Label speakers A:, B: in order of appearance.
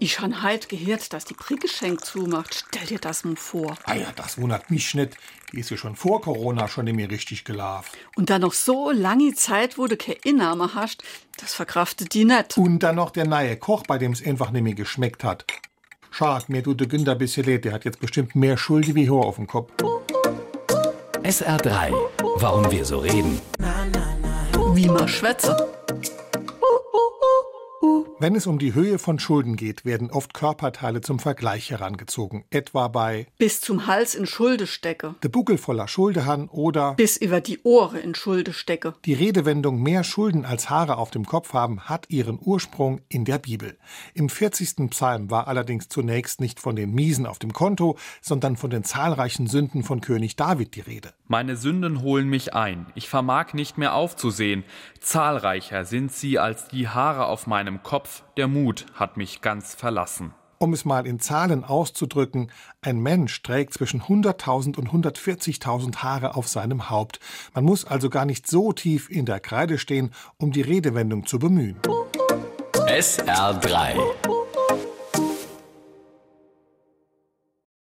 A: Ich han halt gehört, dass die Priegeschenk zumacht. Stell dir das mal vor.
B: Ah ja, das wundert mich nicht. Die ist ja schon vor Corona schon nicht mehr richtig gelaufen.
A: Und dann noch so lange Zeit, wo du keine Innahme hast, das verkraftet die nicht.
B: Und dann noch der neue Koch, bei dem es einfach nicht mehr geschmeckt hat. Schad, mir tut der Günther bisschen leid. Der hat jetzt bestimmt mehr Schulde wie Hör auf dem Kopf.
C: SR3, warum wir so reden.
A: Oh, Wie man schwätze.
B: Wenn es um die Höhe von Schulden geht, werden oft Körperteile zum Vergleich herangezogen. Etwa bei
A: Bis zum Hals in Schulde stecke.
B: der Buckel voller Schuldehan oder
A: Bis über die Ohren in Schulde stecke.
B: Die Redewendung mehr Schulden als Haare auf dem Kopf haben hat ihren Ursprung in der Bibel. Im 40. Psalm war allerdings zunächst nicht von den Miesen auf dem Konto, sondern von den zahlreichen Sünden von König David die Rede.
D: Meine Sünden holen mich ein, ich vermag nicht mehr aufzusehen, zahlreicher sind sie als die Haare auf meinem Kopf, der Mut hat mich ganz verlassen.
B: Um es mal in Zahlen auszudrücken, ein Mensch trägt zwischen 100.000 und 140.000 Haare auf seinem Haupt. Man muss also gar nicht so tief in der Kreide stehen, um die Redewendung zu bemühen.
C: SR3,